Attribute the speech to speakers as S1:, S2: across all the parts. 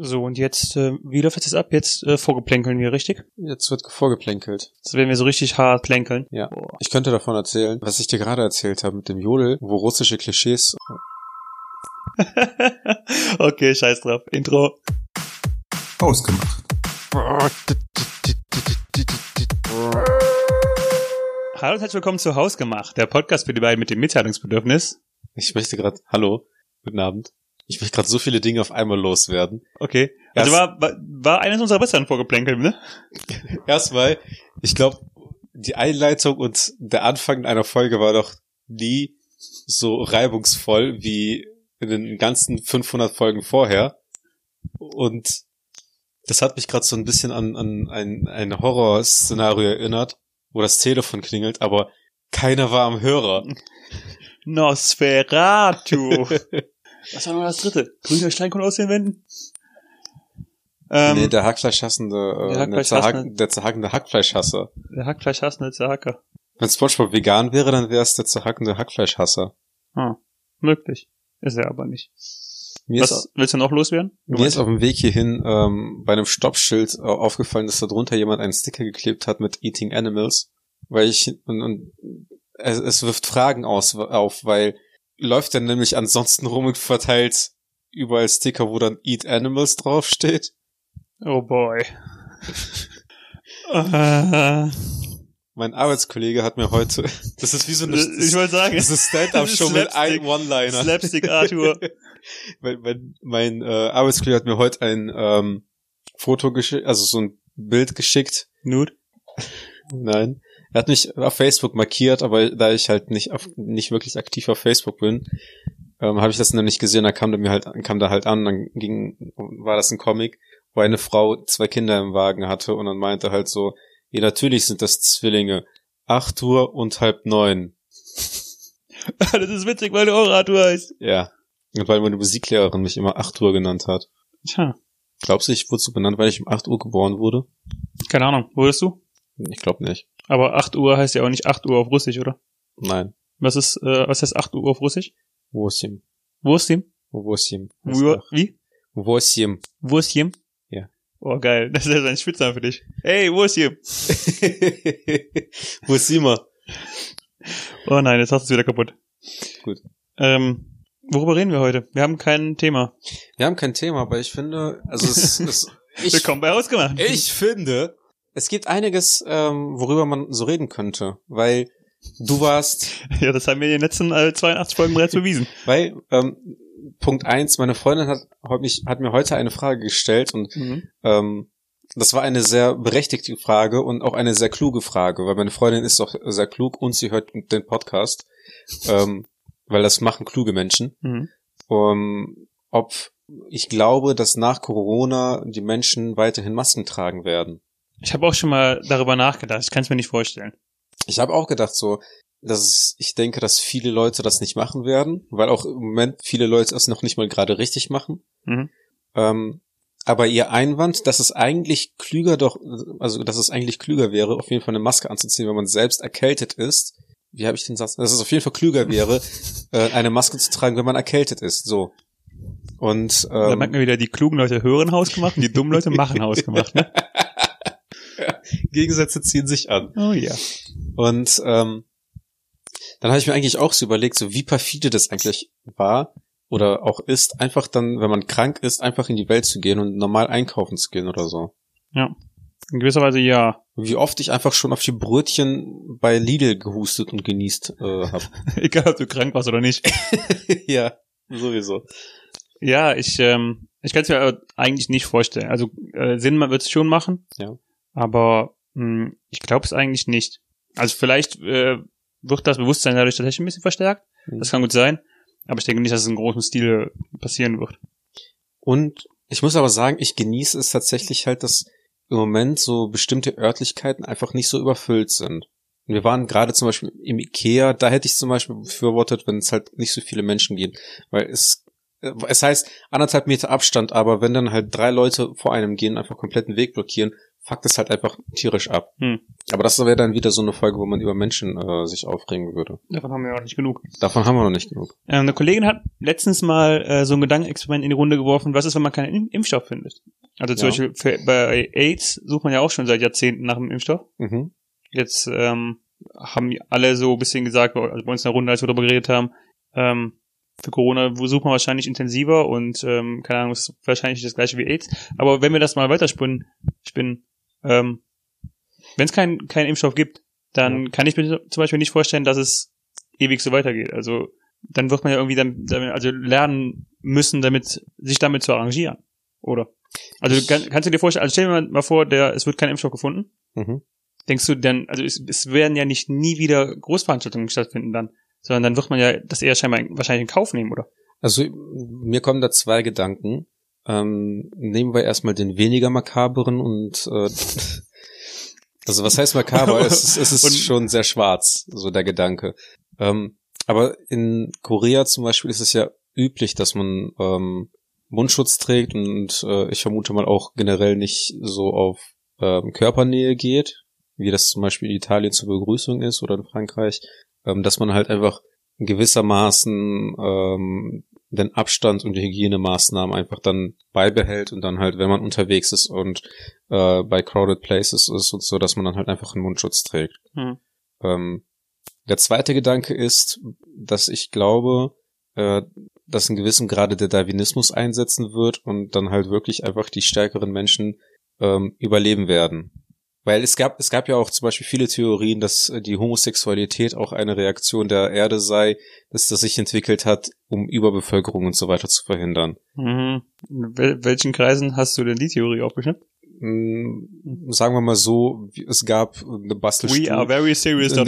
S1: So, und jetzt, äh, wie läuft das jetzt ab? Jetzt äh, vorgeplänkeln wir, richtig?
S2: Jetzt wird vorgeplänkelt.
S1: Jetzt werden wir so richtig hart plänkeln.
S2: Ja. Ich könnte davon erzählen, was ich dir gerade erzählt habe mit dem Jodel, wo russische Klischees.
S1: okay, scheiß drauf. Intro.
S3: Ausgemacht.
S1: Hallo und herzlich willkommen zu Hausgemacht, der Podcast für die beiden mit dem Mitteilungsbedürfnis.
S2: Ich möchte gerade. Hallo. Guten Abend. Ich möchte gerade so viele Dinge auf einmal loswerden.
S1: Okay. Also
S2: Erst-
S1: war, war, war eines unserer besseren Vorgeplänkel, ne?
S2: Erstmal, ich glaube, die Einleitung und der Anfang einer Folge war doch nie so reibungsvoll wie in den ganzen 500 Folgen vorher. Und das hat mich gerade so ein bisschen an, an ein, ein Horrorszenario erinnert, wo das Telefon klingelt, aber keiner war am Hörer.
S1: Nosferatu. Was war noch das dritte? Grüner Stein kommt aus den Wänden? Ähm,
S2: nee,
S1: der,
S2: der Hackfleischhassende, äh,
S1: der
S2: der,
S1: Hackfleischhassende.
S2: zerhack- der zerhackende Hackfleischhasser.
S1: Hackfleisch hasst nicht der Hacker.
S2: Wenn Spongebob vegan wäre, dann wäre es der zerhackende Hackfleischhasser.
S1: Möglich. Ist er aber nicht.
S2: Mir ist-
S1: Was, willst du noch loswerden?
S2: Mir ist auf dem Weg hierhin ähm, bei einem Stoppschild äh, aufgefallen, dass da drunter jemand einen Sticker geklebt hat mit Eating Animals, weil ich und, und es, es wirft Fragen aus auf, weil läuft dann nämlich ansonsten rum und verteilt überall Sticker, wo dann Eat Animals draufsteht.
S1: Oh boy. Äh,
S2: Mein Arbeitskollege hat mir heute, das ist wie so eine,
S1: ich wollte sagen,
S2: das ist Stand-up-Show mit einem
S1: Slapstick.
S2: One-Liner.
S1: Slapstick Arthur.
S2: mein mein, mein äh, Arbeitskollege hat mir heute ein ähm, Foto geschickt, also so ein Bild geschickt
S1: Nude.
S2: Nein. Er hat mich auf Facebook markiert, aber da ich halt nicht auf, nicht wirklich aktiv auf Facebook bin, ähm, habe ich das noch nicht gesehen. Da kam der mir halt kam da halt an, dann ging war das ein Comic, wo eine Frau zwei Kinder im Wagen hatte und dann meinte halt so, ja natürlich sind das Zwillinge, acht Uhr und halb neun.
S1: Das ist witzig, weil du auch Arthur heißt.
S2: Ja. Und weil meine Musiklehrerin mich immer acht Uhr genannt hat.
S1: Tja,
S2: Glaubst du, ich wurde so benannt, weil ich um acht Uhr geboren wurde?
S1: keine Ahnung. Wurdest du?
S2: Ich glaube nicht.
S1: Aber 8 Uhr heißt ja auch nicht 8 Uhr auf Russisch, oder?
S2: Nein.
S1: Was ist, äh, was heißt 8 Uhr auf Russisch?
S2: Восемь.
S1: Wurstim?
S2: Восемь.
S1: Wur- Wie?
S2: Восемь.
S1: Wurstjem?
S2: Ja.
S1: Oh, geil. Das ist ja sein Spitzname für dich. Hey, Wurstjem.
S2: Wo ist Sima?
S1: Oh nein, jetzt hast du es wieder kaputt.
S2: Gut.
S1: Ähm, worüber reden wir heute? Wir haben kein Thema.
S2: Wir haben kein Thema, aber ich finde, also es, es ich,
S1: Willkommen bei Ausgemacht.
S2: ich finde, es gibt einiges, ähm, worüber man so reden könnte, weil du warst,
S1: Ja, das haben wir in den letzten äh, 82 Folgen bereits bewiesen.
S2: weil ähm, Punkt eins, meine Freundin hat, hat mich hat mir heute eine Frage gestellt und
S1: Mhm.
S2: ähm, das war eine sehr berechtigte Frage und auch eine sehr kluge Frage, weil meine Freundin ist doch sehr klug und sie hört den Podcast, ähm, weil das machen kluge Menschen.
S1: Mhm.
S2: ähm, ob ich glaube, dass nach Corona die Menschen weiterhin Masken tragen werden.
S1: Ich habe auch schon mal darüber nachgedacht. Ich kann es mir nicht vorstellen.
S2: Ich habe auch gedacht so, dass es- ich denke, dass viele Leute das nicht machen werden, weil auch im Moment viele Leute es noch nicht mal gerade richtig machen.
S1: Mhm.
S2: Ähm, aber ihr Einwand, dass es eigentlich klüger doch, also dass es eigentlich klüger wäre, auf jeden Fall eine Maske anzuziehen, wenn man selbst erkältet ist. Wie habe ich den Satz? Dass es auf jeden Fall klüger wäre, äh, eine Maske zu tragen, wenn man erkältet ist. So. Und
S1: Da
S2: ähm,
S1: merkt man wieder, die klugen Leute hören hausgemacht und die dummen Leute machen hausgemacht. Ne?
S2: Gegensätze ziehen sich an.
S1: Oh ja.
S2: Und ähm, dann habe ich mir eigentlich auch so überlegt, so wie perfide das eigentlich war oder auch ist, einfach dann, wenn man krank ist, einfach in die Welt zu gehen und normal einkaufen zu gehen oder so.
S1: In gewisser Weise ja.
S2: Wie oft ich einfach schon auf die Brötchen bei Lidl gehustet und genießt äh, habe.
S1: Egal, ob du krank warst oder nicht.
S2: ja, sowieso.
S1: Ja, ich, ähm, ich kann es mir aber eigentlich nicht vorstellen. Also äh, Sinn wird es schon machen.
S2: Ja.
S1: Aber mh, ich glaube es eigentlich nicht. Also vielleicht äh, wird das Bewusstsein dadurch tatsächlich ein bisschen verstärkt.
S2: Mhm.
S1: Das kann gut sein. Aber ich denke nicht, dass es in großem Stil passieren wird.
S2: Und ich muss aber sagen, ich genieße es tatsächlich halt, dass im Moment so bestimmte Örtlichkeiten einfach nicht so überfüllt sind. Und Wir waren gerade zum Beispiel im Ikea, da hätte ich zum Beispiel befürwortet, wenn es halt nicht so viele Menschen gibt. Weil es, äh, es heißt anderthalb Meter Abstand, aber wenn dann halt drei Leute vor einem gehen, einfach kompletten Weg blockieren, fuckt es halt einfach tierisch ab.
S1: Hm.
S2: Aber das wäre dann wieder so eine Folge, wo man über Menschen äh, sich aufregen würde.
S1: Davon haben wir auch nicht genug.
S2: Davon haben wir noch nicht genug.
S1: Ähm, eine Kollegin hat letztens mal äh, so ein Gedankenexperiment in die Runde geworfen, was ist, wenn man keinen Im- Impfstoff findet? Also zum
S2: Ja.
S1: Beispiel für, bei AIDS sucht man ja auch schon seit Jahrzehnten nach einem Impfstoff.
S2: Mhm.
S1: Jetzt ähm, haben die alle so ein bisschen gesagt, also bei uns in der Runde, als wir darüber geredet haben, ähm, für Corona sucht man wahrscheinlich intensiver und ähm, keine Ahnung, ist wahrscheinlich das gleiche wie AIDS. Aber wenn wir das mal weiterspinnen, spinnen, ähm, wenn es keinen keinen Impfstoff gibt, dann kann ich mir zum Beispiel nicht vorstellen, dass es ewig so weitergeht. Also dann wird man ja irgendwie dann, damit, also lernen müssen, damit sich damit zu arrangieren, oder? Also kann, kannst du dir vorstellen, also stell dir mal vor, der es wird kein Impfstoff gefunden
S2: Mhm.
S1: denkst du dann, also es, es werden ja nicht nie wieder Großveranstaltungen stattfinden dann, sondern dann wird man ja das eher scheinbar in- wahrscheinlich in Kauf nehmen, oder?
S2: Also mir kommen da zwei Gedanken. Ähm, nehmen wir erstmal den weniger makaberen und äh, also was heißt makaber? es ist, es ist
S1: Und-
S2: schon sehr schwarz, so der Gedanke. Ähm, aber in Korea zum Beispiel ist es ja üblich, dass man ähm, Mundschutz trägt und äh, ich vermute mal auch generell nicht so auf ähm, Körpernähe geht, wie das zum Beispiel in Italien zur Begrüßung ist oder in Frankreich, ähm, dass man halt einfach gewissermaßen ähm, den Abstand und die Hygienemaßnahmen einfach dann beibehält und dann halt, wenn man unterwegs ist und äh, bei crowded places ist und so, dass man dann halt einfach einen Mundschutz trägt.
S1: Hm.
S2: Ähm, der zweite Gedanke ist, dass ich glaube, äh, dass in gewissem Grade der Darwinismus einsetzen wird und dann halt wirklich einfach die stärkeren Menschen ähm, überleben werden. Weil es gab, es gab ja auch zum Beispiel viele Theorien, dass äh, die Homosexualität auch eine Reaktion der Erde sei, dass das sich entwickelt hat, um Überbevölkerung und so weiter zu verhindern.
S1: Mhm. In wel- welchen Kreisen hast du denn die Theorie aufgeschnappt?
S2: Mm, Sagen wir mal so, wie- es gab eine Bastelstudie.
S1: very
S2: Eine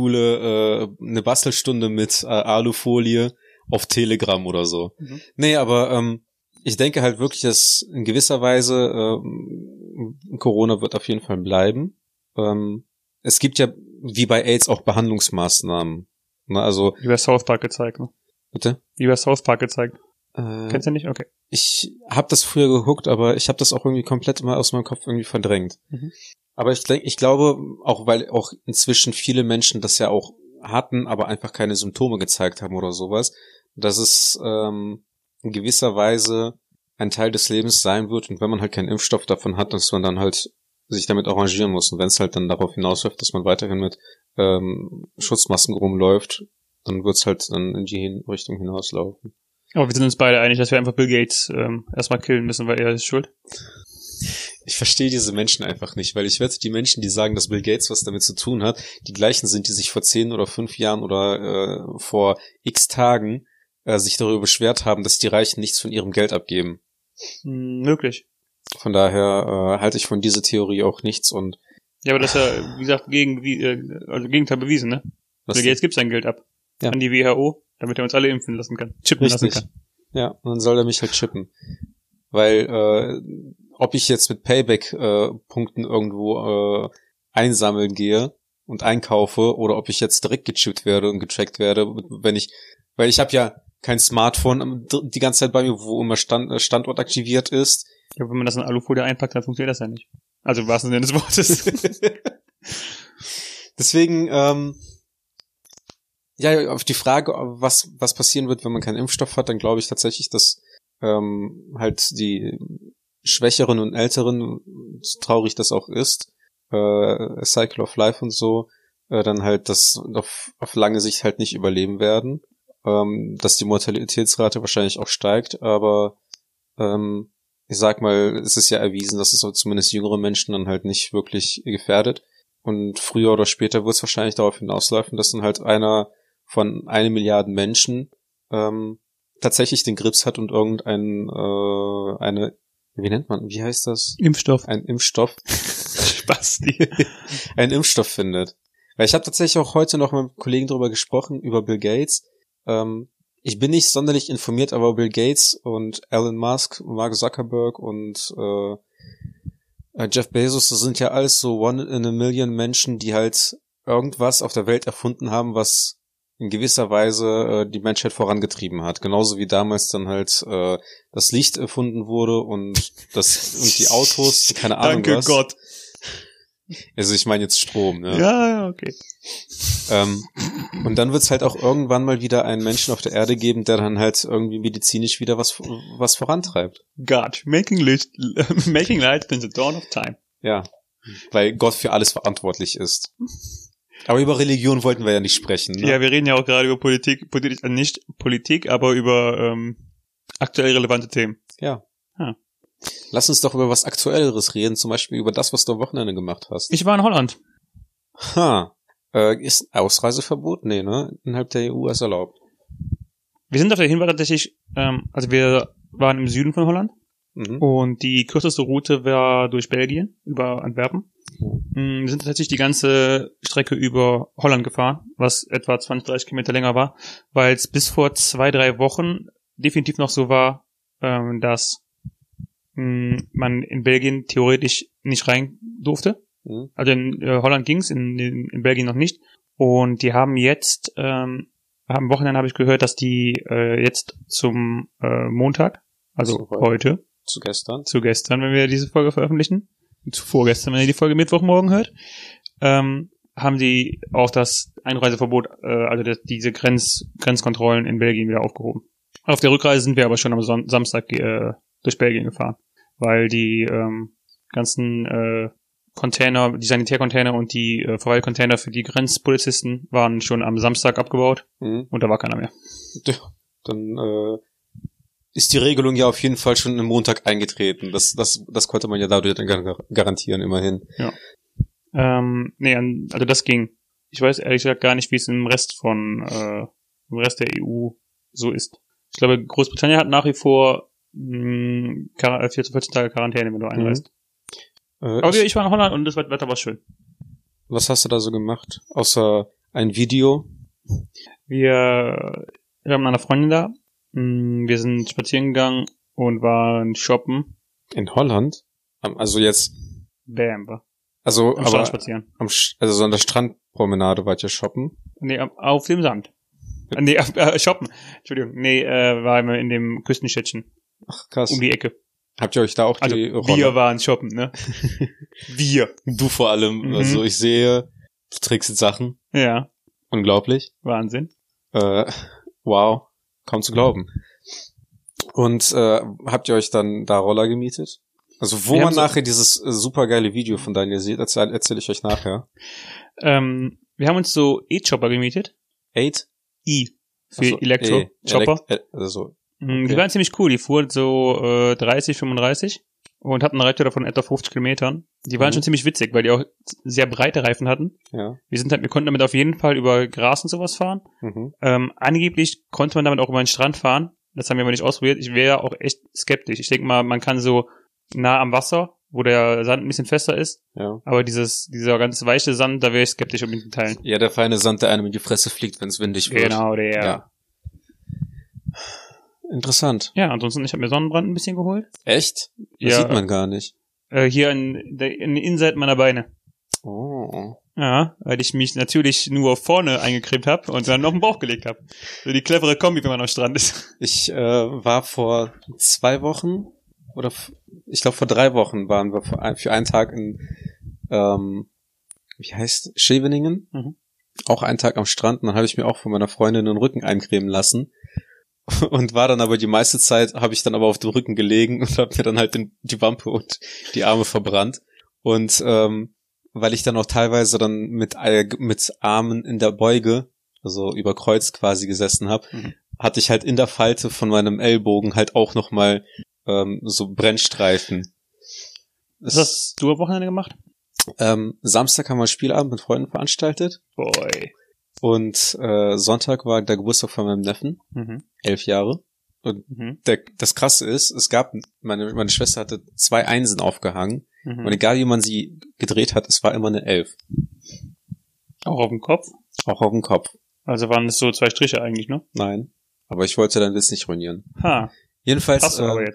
S2: Bastelschule, äh, eine Bastelstunde mit äh, Alufolie auf Telegram oder so.
S1: Mhm.
S2: Nee, aber ähm, ich denke halt wirklich, dass in gewisser Weise ähm, Corona wird auf jeden Fall bleiben. Ähm, es gibt ja wie bei AIDS auch Behandlungsmaßnahmen. Ne, also,
S1: Wie bei South Park gezeigt, ne?
S2: bitte?
S1: Wie bei South Park gezeigt.
S2: Äh,
S1: Kennst du nicht? Okay.
S2: ich habe das früher geguckt, aber ich habe das auch irgendwie komplett mal aus meinem Kopf irgendwie verdrängt.
S1: Mhm.
S2: Aber ich denke, ich glaube, auch weil auch inzwischen viele Menschen das ja auch hatten, aber einfach keine Symptome gezeigt haben oder sowas, dass es ähm, in gewisser Weise ein Teil des Lebens sein wird und wenn man halt keinen Impfstoff davon hat, dass man dann halt sich damit arrangieren muss. Und wenn es halt dann darauf hinausläuft, dass man weiterhin mit ähm, Schutzmasken rumläuft, dann wird's halt dann in die Hin- Richtung hinauslaufen.
S1: Aber wir sind uns beide einig, dass wir einfach Bill Gates ähm, erstmal killen müssen, weil er ist schuld.
S2: Ich verstehe diese Menschen einfach nicht, weil ich wette, die Menschen, die sagen, dass Bill Gates was damit zu tun hat, die gleichen sind, die sich vor zehn oder fünf Jahren oder äh, vor x Tagen äh, sich darüber beschwert haben, dass die Reichen nichts von ihrem Geld abgeben.
S1: Hm, möglich.
S2: Von daher äh, halte ich von dieser Theorie auch nichts und
S1: Ja, aber das ist ja, wie gesagt, gegen, wie, äh, also Gegenteil bewiesen, ne?
S2: was
S1: Bill Gates gibt sein Geld ab.
S2: Ja.
S1: An die WHO, damit er uns alle impfen lassen kann. Chippen
S2: richtig.
S1: lassen kann.
S2: Ja, und dann soll er mich halt chippen. Weil äh, ob ich jetzt mit Payback-Punkten irgendwo äh, einsammeln gehe und einkaufe oder ob ich jetzt direkt gechippt werde und getrackt werde, wenn ich, weil ich habe ja kein Smartphone am- die ganze Zeit bei mir, wo immer Stand, Standort aktiviert ist.
S1: Ja, wenn man das in Alufolie einpackt, dann funktioniert das ja nicht. Also im wahrsten Sinne des Wortes.
S2: Deswegen, ähm, ja, auf die Frage, was, was passieren wird, wenn man keinen Impfstoff hat, dann glaube ich tatsächlich, dass ähm, halt die Schwächeren und Älteren, so traurig das auch ist, äh, Cycle of Life und so, äh, dann halt das auf, auf lange Sicht halt nicht überleben werden, ähm, dass die Mortalitätsrate wahrscheinlich auch steigt, aber ähm, ich sag mal, es ist ja erwiesen, dass es so zumindest jüngere Menschen dann halt nicht wirklich gefährdet. Und früher oder später wird es wahrscheinlich darauf hinauslaufen, dass dann halt einer von eine Milliarde Menschen ähm, tatsächlich den Grips hat und irgendein äh, eine wie nennt man wie heißt das
S1: Impfstoff.
S2: ein Impfstoff
S1: Spasti.
S2: einen Impfstoff findet. Weil ich habe tatsächlich auch heute noch mit einem Kollegen darüber gesprochen, über Bill Gates. Ähm, ich bin nicht sonderlich informiert, aber Bill Gates und Elon Musk, Mark Zuckerberg und äh, äh, Jeff Bezos, das sind ja alles so one in a million Menschen, die halt irgendwas auf der Welt erfunden haben, was in gewisser Weise äh, die Menschheit vorangetrieben hat. Genauso wie damals dann halt äh, das Licht erfunden wurde und das und die Autos, keine Ahnung
S1: Danke
S2: was.
S1: Gott.
S2: Also ich meine jetzt Strom,
S1: Ja.
S2: ne?
S1: ja, okay.
S2: Ähm, und dann wird es halt auch irgendwann mal wieder einen Menschen auf der Erde geben, der dann halt irgendwie medizinisch wieder was was vorantreibt.
S1: God, making, light, making light since the dawn of time.
S2: Ja, weil Gott für alles verantwortlich ist. Aber über Religion wollten wir ja nicht sprechen. Ne?
S1: Ja, wir reden ja auch gerade über Politik, politisch, äh, nicht Politik, aber über ähm, aktuell relevante Themen.
S2: Lass uns doch über was Aktuelleres reden, zum Beispiel über das, was du am Wochenende gemacht hast.
S1: Ich war in Holland.
S2: Ha. Äh, ist Ausreiseverbot? Nee, ne? Innerhalb der EU ist erlaubt.
S1: Wir sind auf der Hinweis tatsächlich, ähm, also wir waren im Süden von Holland
S2: Mhm.
S1: und die kürzeste Route war durch Belgien über Antwerpen. Mm, Wir sind tatsächlich die ganze Strecke über Holland gefahren, was etwa 20, 30 Kilometer länger war, weil es bis vor zwei, drei Wochen definitiv noch so war, ähm, dass mm, man in Belgien theoretisch nicht rein durfte.
S2: Mhm.
S1: Also in äh, Holland ging's, in, in, in Belgien noch nicht. Und die haben jetzt, ähm, am Wochenende habe ich gehört, dass die äh, jetzt zum äh, Montag, also
S2: Zu heute.
S1: heute,
S2: Zu gestern.
S1: zu gestern, wenn wir diese Folge veröffentlichen, zu vorgestern, wenn ihr die Folge Mittwochmorgen hört, ähm, haben die auch das Einreiseverbot, äh, also das, diese Grenz, Grenzkontrollen in Belgien wieder aufgehoben. Auf der Rückreise sind wir aber schon am Son Samstag äh, durch Belgien gefahren, weil die ähm, ganzen äh, Container, die Sanitärcontainer und die äh, Verweilcontainer für die Grenzpolizisten waren schon am Samstag abgebaut
S2: Mhm.
S1: und da war keiner mehr.
S2: Dann äh, ist die Regelung ja auf jeden Fall schon am Montag eingetreten. Das, das, das konnte man ja dadurch dann gar- garantieren, immerhin.
S1: Ähm, nee, an- also das ging. Ich weiß ehrlich gesagt gar nicht, wie es im Rest von äh, im Rest der EU so ist. Ich glaube, Großbritannien hat nach wie vor mh, Quar- äh, 14 14 Tage Quarantäne, wenn du einreist.
S2: Äh,
S1: Aber
S2: ich-
S1: ich war in Holland und das Wetter war schön.
S2: was hast du da so gemacht? Außer ein Video?
S1: Wir, wir haben eine Freundin da. Mh, wir sind spazieren gegangen und waren shoppen.
S2: In Holland? Am- Also jetzt,
S1: Bam, war.
S2: also
S1: Am
S2: aber
S1: Strand spazieren.
S2: am, Sch- also so an der Strandpromenade wart ihr shoppen.
S1: Nee, am- auf dem Sand. Äh, Nee, äh, shoppen. Entschuldigung. Nee, äh, waren wir in dem Küstenstädtchen.
S2: Ach krass.
S1: Um die Ecke.
S2: Habt ihr euch da auch
S1: Also
S2: die Rolle?
S1: wir waren shoppen, ne? wir.
S2: Du vor allem.
S1: Mhm.
S2: Also ich sehe, du trägst jetzt Sachen.
S1: Ja,
S2: Unglaublich.
S1: Wahnsinn.
S2: Äh, wow. Kaum zu glauben. Und äh, habt ihr euch dann da Roller gemietet? Also wo
S1: Wir
S2: man
S1: haben so-
S2: nachher dieses äh, supergeile Video von Daniel sieht, erzähle erzähl ich euch nachher.
S1: Ähm, wir haben uns so E-Chopper gemietet.
S2: Eight?
S1: E. Für Elektro.
S2: eh,
S1: Chopper.
S2: Elekt äh, also,
S1: Mm,
S2: okay.
S1: Die waren ziemlich cool. Die fuhren so äh, 30, 35 und hatten eine Reichweite von etwa 50 Kilometern. Die waren
S2: Mhm.
S1: schon ziemlich witzig, weil die auch sehr breite Reifen hatten.
S2: ja.
S1: Wir sind halt, wir konnten damit auf jeden Fall über Gras und sowas fahren.
S2: Mhm.
S1: Ähm, angeblich konnte man damit auch über den Strand fahren. Das haben wir aber nicht ausprobiert. Ich wäre auch echt skeptisch. Ich denke mal, man kann so nah am Wasser, wo der Sand ein bisschen fester ist,
S2: Ja.
S1: Aber dieses, dieser ganz weiche Sand, da wäre ich skeptisch um ihn zu teilen.
S2: ja, der feine Sand, der einem in die Fresse fliegt, wenn es windig wird.
S1: der. Genau, Ja,
S2: Ja. Interessant.
S1: ja ansonsten, ich habe mir Sonnenbrand ein bisschen geholt.
S2: Echt? Das
S1: ja,
S2: sieht man gar nicht.
S1: Äh, hier in, der, in der Inside meiner Beine.
S2: Oh.
S1: Ja, weil ich mich natürlich nur vorne eingecremt habe und dann auf den Bauch gelegt habe. So die clevere Kombi, wenn man am Strand ist.
S2: Ich äh, war vor zwei Wochen oder f- ich glaube vor drei Wochen waren wir für, ein, für einen Tag in ähm, wie heißt Scheveningen.
S1: Mhm.
S2: Auch einen Tag am Strand. Und dann habe ich mir auch von meiner Freundin den Rücken eincremen lassen und war dann aber die meiste Zeit habe ich dann aber auf dem Rücken gelegen und habe mir dann halt den, die Wampe und die Arme verbrannt und ähm, weil ich dann auch teilweise dann mit Ei- mit Armen in der Beuge also über Kreuz quasi gesessen habe
S1: Mhm.
S2: hatte ich halt in der Falte von meinem Ellbogen halt auch noch mal ähm, so Brennstreifen
S1: Was
S2: Es-
S1: hast du am Wochenende gemacht?
S2: ähm, Samstag haben wir einen Spielabend mit Freunden veranstaltet
S1: Boy.
S2: und äh, Sonntag war der Geburtstag von meinem Neffen
S1: Mhm.
S2: elf Jahre
S1: Mhm.
S2: der, das Krasse ist, es gab, meine, meine Schwester hatte zwei Einsen aufgehangen und
S1: Mhm.
S2: egal wie man sie gedreht hat, es war immer eine Elf.
S1: Auch auf dem Kopf.
S2: Auch auf dem Kopf.
S1: Also waren es so zwei Striche eigentlich, ne?
S2: Nein. Aber ich wollte dein Witz nicht ruinieren.
S1: Ha,
S2: Jedenfalls,
S1: passt aber
S2: äh,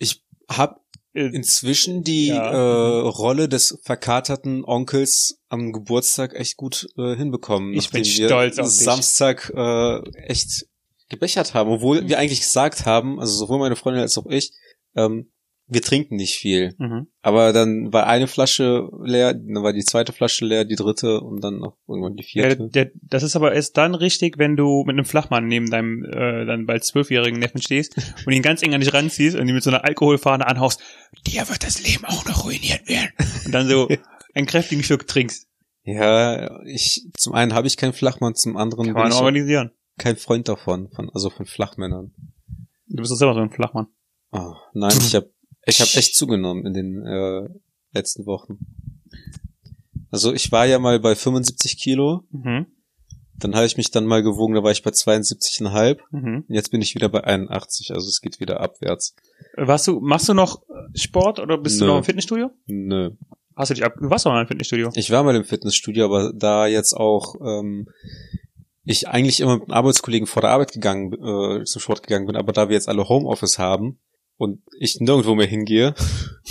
S1: jetzt.
S2: hab
S1: äh,
S2: inzwischen die
S1: Ja.
S2: äh, Rolle des verkaterten Onkels am Geburtstag echt gut äh, hinbekommen.
S1: Ich bin
S2: nachdem wir
S1: stolz auf dich.
S2: Samstag äh, echt gebechert haben, obwohl wir eigentlich gesagt haben, also sowohl meine Freundin als auch ich, ähm, wir trinken nicht viel.
S1: mhm.
S2: Aber dann war eine Flasche leer, dann war die zweite Flasche leer, die dritte und dann noch irgendwann die
S1: der,
S2: vierte.
S1: der, das ist aber erst dann richtig, wenn du mit einem Flachmann neben deinem äh, dann bald zwölfjährigen Neffen stehst und ihn ganz eng an dich ranziehst und ihn mit so einer Alkoholfahne anhaust, dir wird das Leben auch noch ruiniert werden. Und dann so einen kräftigen Schluck trinkst.
S2: Ja, ich zum einen habe ich keinen Flachmann, zum anderen
S1: Kann
S2: bin
S1: man
S2: ich auch
S1: organisieren.
S2: kein Freund davon, von, also von Flachmännern.
S1: Du bist doch selber so ein Flachmann.
S2: Oh, nein, ich habe ich hab echt zugenommen in den äh, letzten Wochen. Also ich war ja mal bei 75 Kilo,
S1: Mhm.
S2: dann habe ich mich dann mal gewogen, da war ich bei 72,5.
S1: Mhm.
S2: Und Jetzt bin ich wieder bei 81, also es geht wieder abwärts.
S1: Äh, Warst du, machst du noch äh, Sport oder bist du
S2: Nö.
S1: noch im Fitnessstudio?
S2: Nö.
S1: Hast du dich ab, du warst doch mal im Fitnessstudio.
S2: Ich war mal im Fitnessstudio, aber da jetzt auch ähm, ich eigentlich immer mit einem Arbeitskollegen vor der Arbeit gegangen, äh, zum Sport gegangen bin, aber da wir jetzt alle Homeoffice haben und ich nirgendwo mehr hingehe,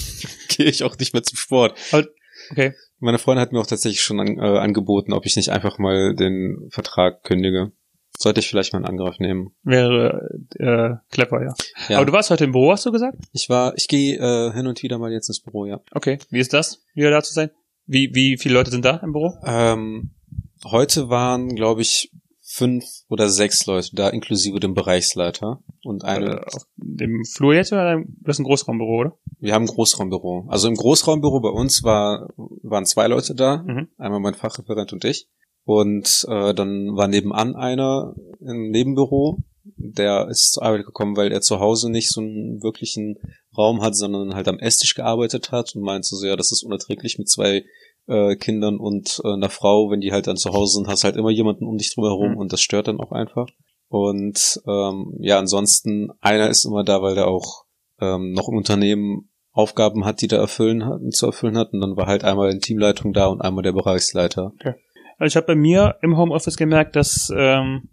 S2: gehe ich auch nicht mehr zum Sport.
S1: Aber- okay.
S2: Meine Freundin hat mir auch tatsächlich schon an, äh, angeboten, ob ich nicht einfach mal den Vertrag kündige. Sollte ich vielleicht mal in Angriff nehmen.
S1: Wäre äh, clever, ja.
S2: Ja,
S1: Aber du warst heute im Büro, hast du gesagt?
S2: ich war, ich gehe äh, hin und wieder mal jetzt ins Büro, ja.
S1: Okay. Wie ist das, wieder da zu sein? Wie, wie viele Leute sind da im Büro?
S2: Ähm, heute waren, glaube ich, fünf oder sechs Leute da, inklusive dem Bereichsleiter. Und eine,
S1: Äh, auf dem Flur jetzt oder im- das ist ein Großraumbüro, oder?
S2: wir haben ein Großraumbüro. Also im Großraumbüro bei uns war, waren zwei Leute da,
S1: Mhm.
S2: einmal mein Fachreferent und ich. Und äh, dann war nebenan einer im Nebenbüro, der ist zur Arbeit gekommen, weil er zu Hause nicht so einen wirklichen Raum hat, sondern halt am Esstisch gearbeitet hat und meinte so, ja, das ist unerträglich mit zwei äh, Kindern und äh, einer Frau, wenn die halt dann zu Hause sind, hast halt immer jemanden um dich drumherum
S1: Mhm.
S2: und das stört dann auch einfach. Und ähm, ja, ansonsten, einer ist immer da, weil der auch ähm, noch im Unternehmen Aufgaben hat, die da erfüllen hat, zu erfüllen hat. Und dann war halt einmal die Teamleitung da und einmal der Bereichsleiter.
S1: Also ich habe bei mir im Homeoffice gemerkt, dass ähm,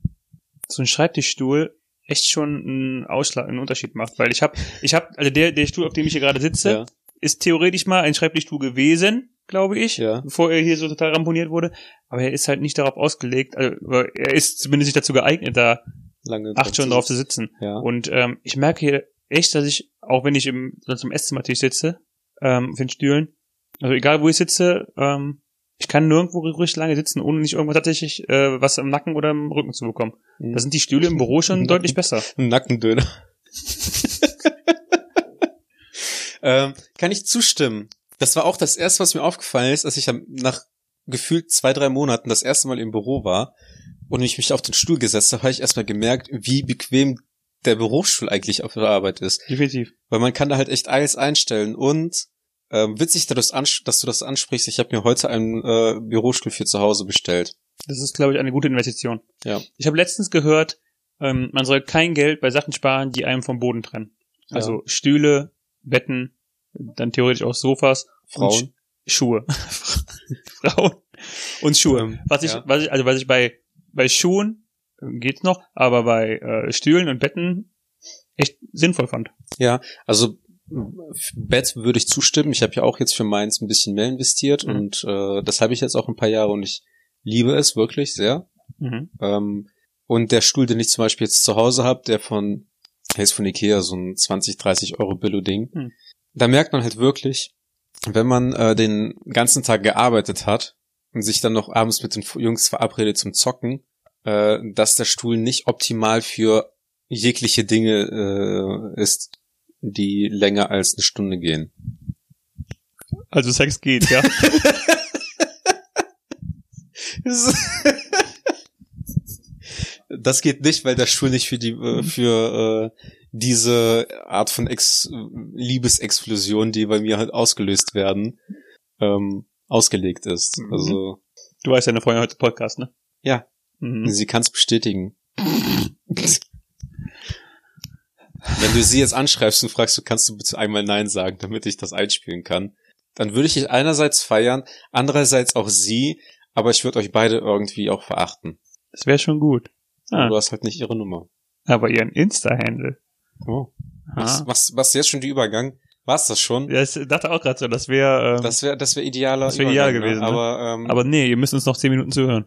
S1: so ein Schreibtischstuhl echt schon einen Ausschlag, einen Unterschied macht, weil ich habe, ich habe, also der, der Stuhl, auf dem ich hier gerade sitze,
S2: Ja.
S1: ist theoretisch mal ein Schreibtischstuhl gewesen, glaube ich,
S2: Ja.
S1: bevor er hier so total ramponiert wurde. Aber er ist halt nicht darauf ausgelegt, also aber er ist zumindest nicht dazu geeignet, da
S2: Lange
S1: acht Stunden drauf zu sitzen.
S2: Ja.
S1: Und ähm, ich merke hier echt, dass ich, auch wenn ich im, sonst im Esszimmertisch sitze, ähm, auf den Stühlen, also egal wo ich sitze, ähm, ich kann nirgendwo ruhig lange sitzen, ohne nicht irgendwo tatsächlich äh, was im Nacken oder im Rücken zu bekommen. Da sind die Stühle im Büro schon deutlich besser.
S2: Mhm. Ein Nackendöner. ähm, kann ich zustimmen. Das war auch das erste, was mir aufgefallen ist, als ich am- nach gefühlt zwei, drei Monaten das erste Mal im Büro war und ich mich auf den Stuhl gesetzt habe, habe ich erstmal gemerkt, wie bequem der Bürostuhl eigentlich auf der Arbeit ist.
S1: Definitiv.
S2: Weil man kann da halt echt alles einstellen und ähm, witzig, dass du, das ans- dass du das ansprichst. Ich habe mir heute einen äh, Bürostuhl für zu Hause bestellt.
S1: Das ist, glaube ich, eine gute Investition.
S2: Ja.
S1: Ich habe letztens gehört, ähm, man soll kein Geld bei Sachen sparen, die einem vom Boden trennen.
S2: Ja.
S1: Also Stühle, Betten, dann theoretisch auch Sofas,
S2: Frauen.
S1: Sch- Schuhe. Frauen und Schuhe.
S2: Ähm,
S1: was ich,
S2: ja.
S1: was ich, also was ich bei, bei Schuhen äh, geht's noch, aber bei äh, Stühlen und Betten echt sinnvoll fand.
S2: Also f- Bett würde ich zustimmen. Ich habe ja auch jetzt für meins ein bisschen mehr investiert
S1: Mhm.
S2: und äh, das habe ich jetzt auch ein paar Jahre und ich liebe es wirklich sehr.
S1: Mhm.
S2: Ähm, und der Stuhl, den ich zum Beispiel jetzt zu Hause habe, der von, der ist von Ikea, so ein 20, 30 Euro Billo-Ding.
S1: Mhm.
S2: Da merkt man halt wirklich, wenn man äh, den ganzen Tag gearbeitet hat und sich dann noch abends mit den F- Jungs verabredet zum Zocken, äh, dass der Stuhl nicht optimal für jegliche Dinge äh, ist, die länger als eine Stunde gehen.
S1: Also Sex geht, ja.
S2: Das geht nicht, weil der Stuhl nicht für die äh,
S1: Mhm.
S2: für äh, diese Art von Ex Liebesexplosion, die bei mir halt ausgelöst werden, ähm, ausgelegt ist.
S1: Mhm.
S2: Also
S1: du weißt ja, eine Freundin heute Podcast, ne?
S2: Ja.
S1: Mhm.
S2: sie kann es bestätigen. Wenn du sie jetzt anschreibst und fragst, du kannst du bitte einmal Nein sagen, damit ich das einspielen kann, dann würde ich dich einerseits feiern, andererseits auch sie, aber ich würde euch beide irgendwie auch verachten.
S1: Das wäre schon gut.
S2: Aber
S1: Ah,
S2: Du hast halt nicht ihre Nummer.
S1: aber ihren Insta-Handle.
S2: Oh.
S1: Ah.
S2: Machst, machst, machst du jetzt schon die Übergang? War's das schon?
S1: Ja, ich dachte auch gerade so, das wäre. Ähm,
S2: Das wäre das wäre idealer.
S1: Das wär ideal
S2: Übergang,
S1: gewesen, ne?
S2: Aber, ähm,
S1: aber nee, ihr müsst uns noch zehn Minuten zuhören.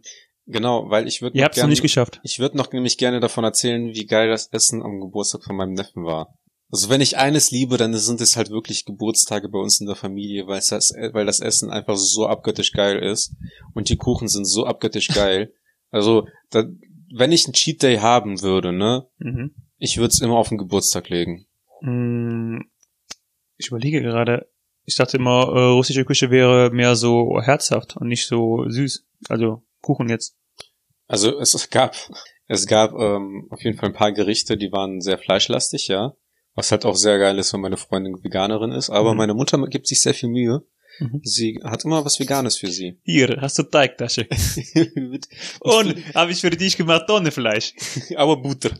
S2: genau, weil ich würde
S1: Ihr habt es noch nicht geschafft.
S2: ich würde noch nämlich gerne davon erzählen, wie geil das Essen am Geburtstag von meinem Neffen war. Also wenn ich eines liebe, dann sind es halt wirklich Geburtstage bei uns in der Familie, weil das, weil das Essen einfach so abgöttisch geil ist und die Kuchen sind so abgöttisch geil. Also da, wenn ich einen Cheat Day haben würde, ne,
S1: Mhm.
S2: ich würde es immer auf den Geburtstag legen.
S1: Mm, Ich überlege gerade. Ich dachte immer, äh, russische Küche wäre mehr so herzhaft und nicht so süß. Also Kuchen jetzt.
S2: Also es, es gab, es gab ähm, auf jeden Fall ein paar Gerichte, die waren sehr fleischlastig, ja. Was halt auch sehr geil ist, wenn meine Freundin Veganerin ist. Aber
S1: Mhm.
S2: meine Mutter gibt sich sehr viel Mühe.
S1: Mhm.
S2: Sie hat immer was Veganes für sie.
S1: Hier, hast du Teigtasche.
S2: Und,
S1: Und habe ich für dich gemacht ohne Fleisch.
S2: aber Butter.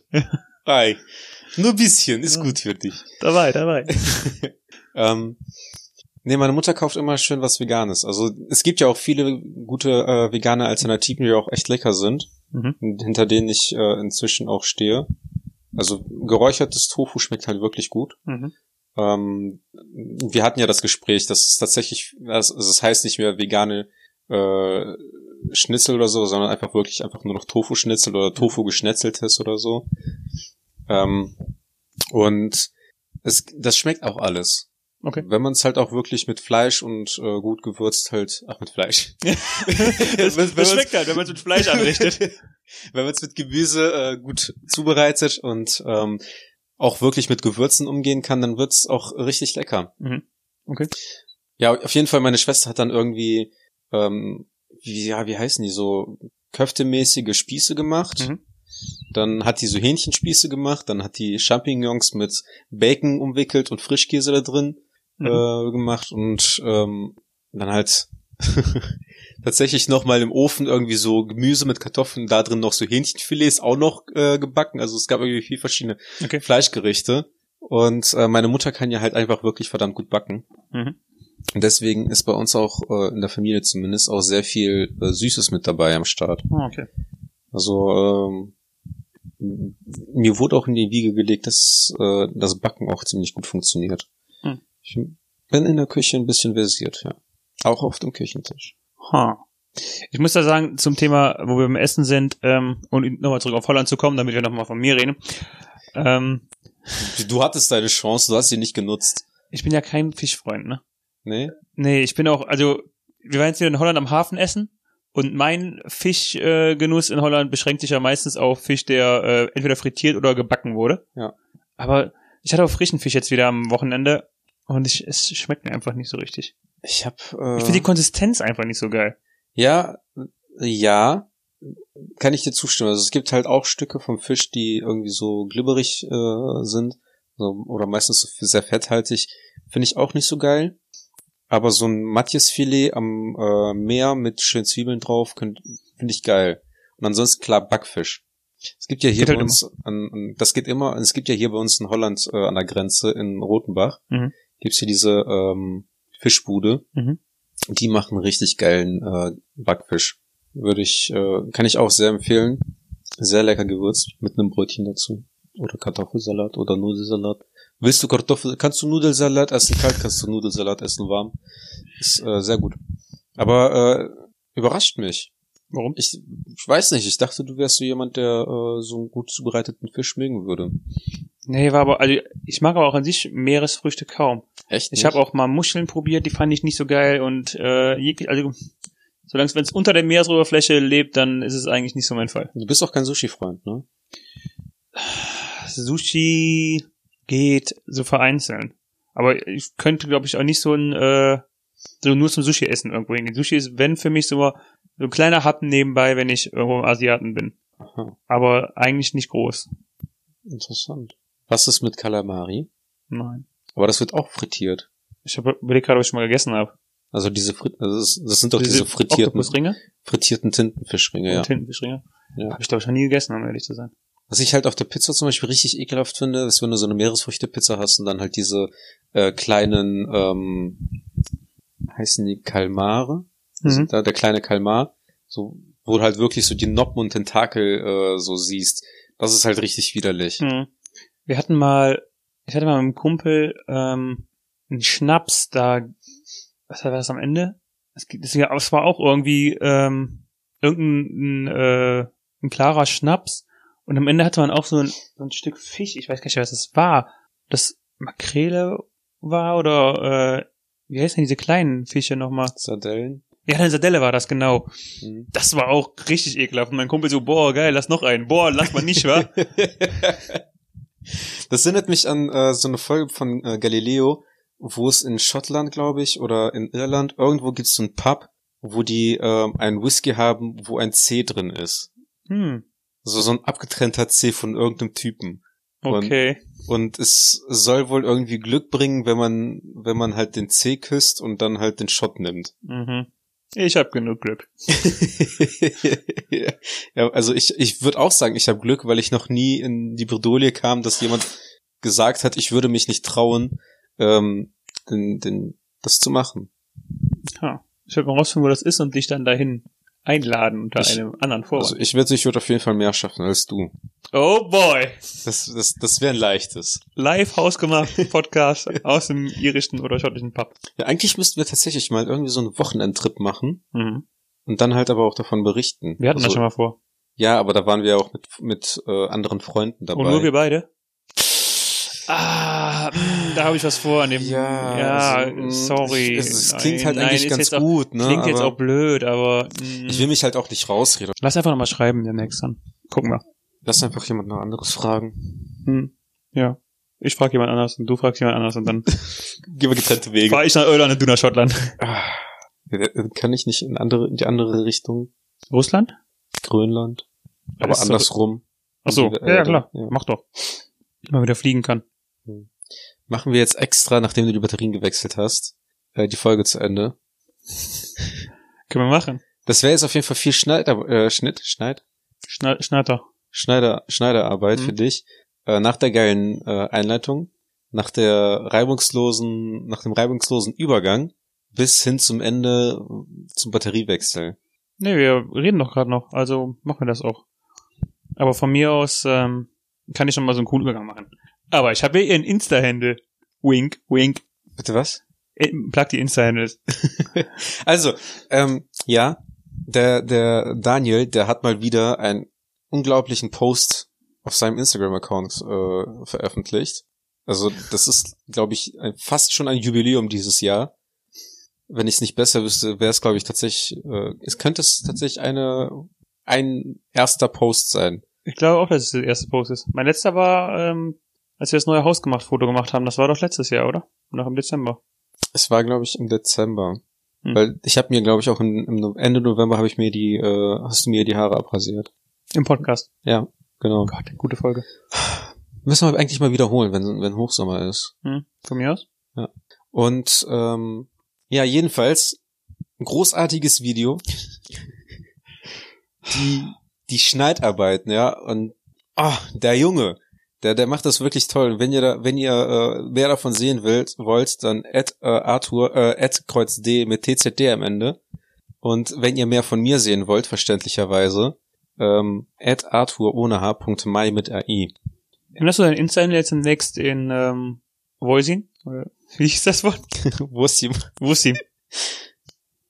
S2: Ei. Nur ein bisschen, ist gut für dich.
S1: Dabei, dabei.
S2: Ähm, nee, meine Mutter kauft immer schön was Veganes. Also es gibt ja auch viele gute äh, vegane Alternativen, die auch echt lecker sind,
S1: Mhm.
S2: und hinter denen ich äh, inzwischen auch stehe. Also geräuchertes Tofu schmeckt halt wirklich gut.
S1: Mhm.
S2: Ähm, wir hatten ja das Gespräch, dass es tatsächlich, das, also es heißt nicht mehr vegane äh, Schnitzel oder so, sondern einfach wirklich einfach nur noch Tofu-Schnitzel oder Tofu-Geschnetzeltes oder so. Ähm, und es, das schmeckt auch alles.
S1: Okay.
S2: Wenn man es halt auch wirklich mit Fleisch und äh, gut gewürzt halt, ach mit Fleisch.
S1: Das,
S2: Wenn- wenn man's-
S1: schmeckt halt, wenn man es mit Fleisch anrichtet.
S2: Wenn man es mit Gemüse äh, gut zubereitet und ähm, auch wirklich mit Gewürzen umgehen kann, dann wird's auch richtig lecker.
S1: Mhm. Okay.
S2: Ja, auf jeden Fall, meine Schwester hat dann irgendwie, ähm, wie, ja, wie heißen die so, köftemäßige Spieße gemacht.
S1: Mhm.
S2: Dann hat die so Hähnchenspieße gemacht, dann hat die Champignons mit Bacon umwickelt und Frischkäse da drin
S1: Mhm.
S2: äh, gemacht und ähm, dann halt tatsächlich nochmal im Ofen irgendwie so Gemüse mit Kartoffeln, da drin noch so Hähnchenfilets auch noch äh, gebacken. Also es gab irgendwie viel verschiedene
S1: Okay.
S2: Fleischgerichte. Und äh, meine Mutter kann ja halt einfach wirklich verdammt gut backen.
S1: Mhm.
S2: Und deswegen ist bei uns auch, äh, in der Familie zumindest, auch sehr viel äh, Süßes mit dabei am Start.
S1: Ah, Okay.
S2: Also ähm, mir wurde auch in die Wiege gelegt, dass äh, das Backen auch ziemlich gut funktioniert.
S1: Hm.
S2: Ich bin in der Küche ein bisschen versiert, ja. Auch auf dem Küchentisch.
S1: Ha. Ich muss da sagen, zum Thema, wo wir beim Essen sind, ähm, und nochmal zurück auf Holland zu kommen, damit wir nochmal von mir reden. Ähm,
S2: Du hattest deine Chance, du hast sie nicht genutzt.
S1: ich bin ja kein Fischfreund, ne?
S2: Nee?
S1: Nee, ich bin auch, also, wir waren jetzt wieder in Holland am Hafen essen und mein Fischgenuss äh, Genuss in Holland beschränkt sich ja meistens auf Fisch, der äh, entweder frittiert oder gebacken wurde.
S2: Ja.
S1: Aber ich hatte auch frischen Fisch jetzt wieder am Wochenende und ich, es schmeckt mir einfach nicht so richtig.
S2: Ich hab.
S1: Ich
S2: Äh,
S1: finde die Konsistenz einfach nicht so geil.
S2: ja, ja, kann ich dir zustimmen. Also es gibt halt auch Stücke vom Fisch, die irgendwie so glibberig äh, sind. So, oder meistens so sehr fetthaltig. Finde ich auch nicht so geil. Aber so ein Matjesfilet am äh, Meer mit schönen Zwiebeln drauf, könnt- finde ich geil. Und ansonsten klar Backfisch. Es gibt ja hier
S1: Geht
S2: bei
S1: halt
S2: uns, an, an, das geht immer, es gibt ja hier bei uns in Holland äh, an der Grenze in Rothenbach,
S1: Mhm.
S2: gibt's hier diese ähm, Fischbude.
S1: Mhm.
S2: Die machen richtig geilen äh, Backfisch. Würde ich, äh, kann ich auch sehr empfehlen. Sehr lecker gewürzt mit einem Brötchen dazu. Oder Kartoffelsalat oder Nudelsalat. Willst du Kartoffel, kannst du Nudelsalat essen kalt, kannst du Nudelsalat essen warm. Ist äh, sehr gut. Aber äh, überrascht mich.
S1: Warum?
S2: Ich, ich weiß nicht, ich dachte, du wärst so jemand, der äh, so einen gut zubereiteten Fisch mögen würde.
S1: Nee, war aber, also ich mag aber auch an sich Meeresfrüchte kaum.
S2: Echt?
S1: Ich habe auch mal Muscheln probiert, die fand ich nicht so geil und äh, jeglich- also solange es unter der Meeresoberfläche lebt, dann ist es eigentlich nicht so mein Fall.
S2: Du bist auch kein Sushi-Freund, ne?
S1: Sushi geht so vereinzelt. Aber ich könnte, glaube ich, auch nicht so ein äh, so nur zum Sushi essen irgendwo hingehen. Sushi ist, wenn für mich so, mal so ein kleiner Happen nebenbei, wenn ich irgendwo im Asiaten bin.
S2: Aha,
S1: Aber eigentlich nicht groß.
S2: interessant. Was ist mit Kalamari?
S1: Nein.
S2: Aber das wird auch frittiert.
S1: Ich habe überlegt gerade, ob ich schon mal gegessen habe.
S2: Also diese Frit also das, das sind doch diese, frittierten,
S1: Oktopusringe
S2: frittierten Tintenfischringe, ja.
S1: und Tintenfischringe.
S2: Ja.
S1: Habe ich, glaube ich, noch nie gegessen, um ehrlich zu sein.
S2: Was ich halt auf der Pizza zum Beispiel richtig ekelhaft finde, ist, wenn du so eine Meeresfrüchte-Pizza hast und dann halt diese äh, kleinen, ähm, heißen die Kalmare? Also
S1: Mhm.
S2: da, der kleine Kalmar, so, wo du halt wirklich so die Noppen und Tentakel äh, so siehst. Das ist halt richtig widerlich.
S1: Mhm. Wir hatten mal, ich hatte mal mit einem Kumpel ähm, einen Schnaps da, was war das am Ende? Es gibt- es ja- es war auch irgendwie ähm, irgendein äh, ein klarer Schnaps und am Ende hatte man auch so ein, so ein Stück Fisch, ich weiß gar nicht, was das war. Das Makrele war oder äh, wie heißen denn diese kleinen Fische nochmal?
S2: Sardellen.
S1: Ja, eine Sardelle war das, genau.
S2: Mhm.
S1: Das war auch richtig ekelhaft. Und mein Kumpel so, boah, geil, lass noch einen. Boah, lass mal nicht, wa?
S2: Das erinnert mich an äh, so eine Folge von äh, Galileo, wo es in Schottland, glaube ich, oder in Irland, irgendwo gibt es so einen Pub, wo die ähm, einen Whisky haben, wo ein C drin ist.
S1: Hm,
S2: Also so ein abgetrennter C von irgendeinem Typen.
S1: okay.
S2: Und es soll wohl irgendwie Glück bringen, wenn man, wenn man halt den C küsst und dann halt den Shot nimmt.
S1: Mhm. Ich hab genug Glück.
S2: ja, also ich, ich würde auch sagen, ich habe Glück, weil ich noch nie in die Bredouille kam, dass jemand gesagt hat, ich würde mich nicht trauen, ähm, den, den, das zu machen.
S1: Ha. Ich werde mal rausfinden, wo das ist und dich dann dahin einladen unter
S2: Ich-
S1: einem anderen Vorwand.
S2: Also ich würde ich würde auf jeden Fall mehr schaffen als du.
S1: oh boy!
S2: Das, das, das wäre ein leichtes.
S1: Live hausgemacht Podcast aus dem irischen oder schottischen Pub.
S2: Ja, eigentlich müssten wir tatsächlich mal irgendwie so einen Wochenendtrip machen
S1: Mhm.
S2: und dann halt aber auch davon berichten. Also,
S1: Wir hatten das schon mal vor.
S2: Ja, aber da waren wir ja auch mit, mit äh, anderen Freunden dabei.
S1: Und nur wir beide? Ah, mh, da habe ich was vor an dem.
S2: ja,
S1: ja
S2: also,
S1: sorry.
S2: Es, es klingt
S1: Nein,
S2: halt
S1: nein,
S2: eigentlich
S1: ist
S2: ganz
S1: jetzt auch-
S2: gut, ne?
S1: Klingt jetzt
S2: aber-
S1: auch blöd, aber. mh.
S2: Ich will mich halt auch nicht rausreden.
S1: Lass einfach nochmal schreiben demnächst dann. Gucken wir.
S2: Lass einfach jemand noch anderes fragen.
S1: Hm. Ja. Ich frage jemand anders und du fragst jemand anders und dann
S2: Gehen wir getrennte Wege.
S1: fahre ich nach Irland und du nach Schottland.
S2: Ah. Kann ich nicht in, andere, in die andere Richtung?
S1: Russland?
S2: Grönland? Aber
S1: Ist doch-
S2: andersrum. äh,
S1: Ach so,
S2: Wieder
S1: ja, ja
S2: Erde,
S1: klar.
S2: ja.
S1: Mach doch. Mal wieder fliegen kann.
S2: Machen wir jetzt extra, nachdem du die Batterien gewechselt hast, äh, die Folge zu Ende.
S1: Können wir machen.
S2: Das wäre jetzt auf jeden Fall viel Schneider, äh, Schnitt, Schneid,
S1: Schna- Schnatter.
S2: Schneider, Schneiderarbeit
S1: Mhm.
S2: für dich. Äh, nach der geilen äh, Einleitung, nach der reibungslosen, nach dem reibungslosen Übergang bis hin zum Ende äh, zum Batteriewechsel.
S1: Nee, wir reden doch gerade noch, also machen wir das auch. Aber von mir aus ähm, kann ich schon mal so einen coolen Übergang machen. Aber ich habe hier ihren Insta-Handle. Wink, wink.
S2: Bitte was?
S1: Äh, Plug die Insta-Handles.
S2: Also, ähm, ja, der, der Daniel, der hat mal wieder einen unglaublichen Post auf seinem Instagram-Account äh, veröffentlicht. Also, das ist, glaube ich, ein, fast schon ein Jubiläum dieses Jahr. Wenn ich es nicht besser wüsste, wäre es, glaube ich, tatsächlich, äh, es könnte es tatsächlich eine, ein erster Post sein.
S1: Ich glaube auch, dass es der erste Post ist. Mein letzter war, ähm, als wir das neue Haus gemacht, Foto gemacht haben. Das war doch letztes Jahr, oder? Noch im Dezember.
S2: Es war, glaube ich, im Dezember.
S1: Hm.
S2: Weil ich habe mir, glaube ich, auch im, im No- Ende November habe ich mir die, äh, hast du mir die Haare abrasiert.
S1: Im Podcast.
S2: Genau.
S1: Oh Gott, gute Folge.
S2: Müssen wir eigentlich mal wiederholen, wenn, wenn Hochsommer ist.
S1: Hm, von mir aus?
S2: Und ähm, ja, jedenfalls, ein großartiges Video. Die, die Schneidarbeiten, ja. Und ah, der Junge, der, der macht das wirklich toll. Und wenn ihr da, wenn ihr äh, mehr davon sehen wollt, wollt, dann at, äh, Arthur, äh, at Kreuz D mit TZD am Ende. Und wenn ihr mehr von mir sehen wollt, verständlicherweise, ähm, at Arthur ohne H. Mai mit AI.
S1: Nimmst du dein Insta-Handle jetzt demnächst in ähm, Voisin? Oder Wie ist das Wort?
S2: Wo ist die?
S1: Wusim.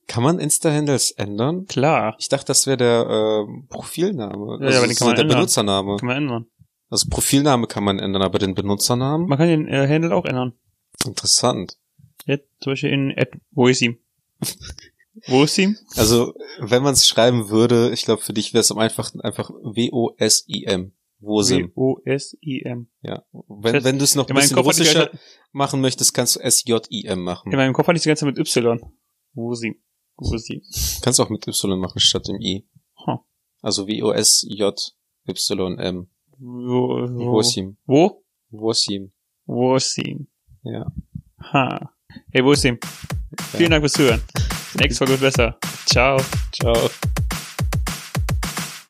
S2: Kann man Insta-Handles ändern?
S1: Klar.
S2: Ich dachte, das wäre der äh, Profilname.
S1: Ja,
S2: also,
S1: aber den
S2: das
S1: kann
S2: ist
S1: man
S2: der
S1: ändern.
S2: Benutzername.
S1: Kann man ändern.
S2: Also Profilname kann man ändern, aber den Benutzernamen?
S1: Man kann den äh, Handle auch ändern.
S2: Interessant.
S1: Jetzt zum Beispiel in Ad, wo ist ihm? wo ist ihm?
S2: Also, wenn man es schreiben würde, ich glaube, für dich wäre es am einfachsten einfach W-O-S-I-M. Wosim.
S1: W-O-S-I-m.
S2: Ja.
S1: Das-
S2: Wenn, wenn du es noch ein
S1: In meinem,
S2: bisschen
S1: Kopf hatte ich die
S2: russischer
S1: ganze,
S2: machen möchtest, kannst du S-J-I-M machen.
S1: in meinem Kopf hatte ich die ganze Zeit mit Y. Wo ist ihm? Wo ist ihm?
S2: Kannst auch mit Y machen statt dem I.
S1: Huh.
S2: Also W-O-S-J-Y-M.
S1: Wo, wo,
S2: Wosim.
S1: wo?
S2: Wosim.
S1: Wo ist ihm?
S2: Ja.
S1: Ha. Hey, wo ist ihm? Vielen Dank fürs Zuhören. Nächste Folge wird besser. Ciao.
S2: Ciao.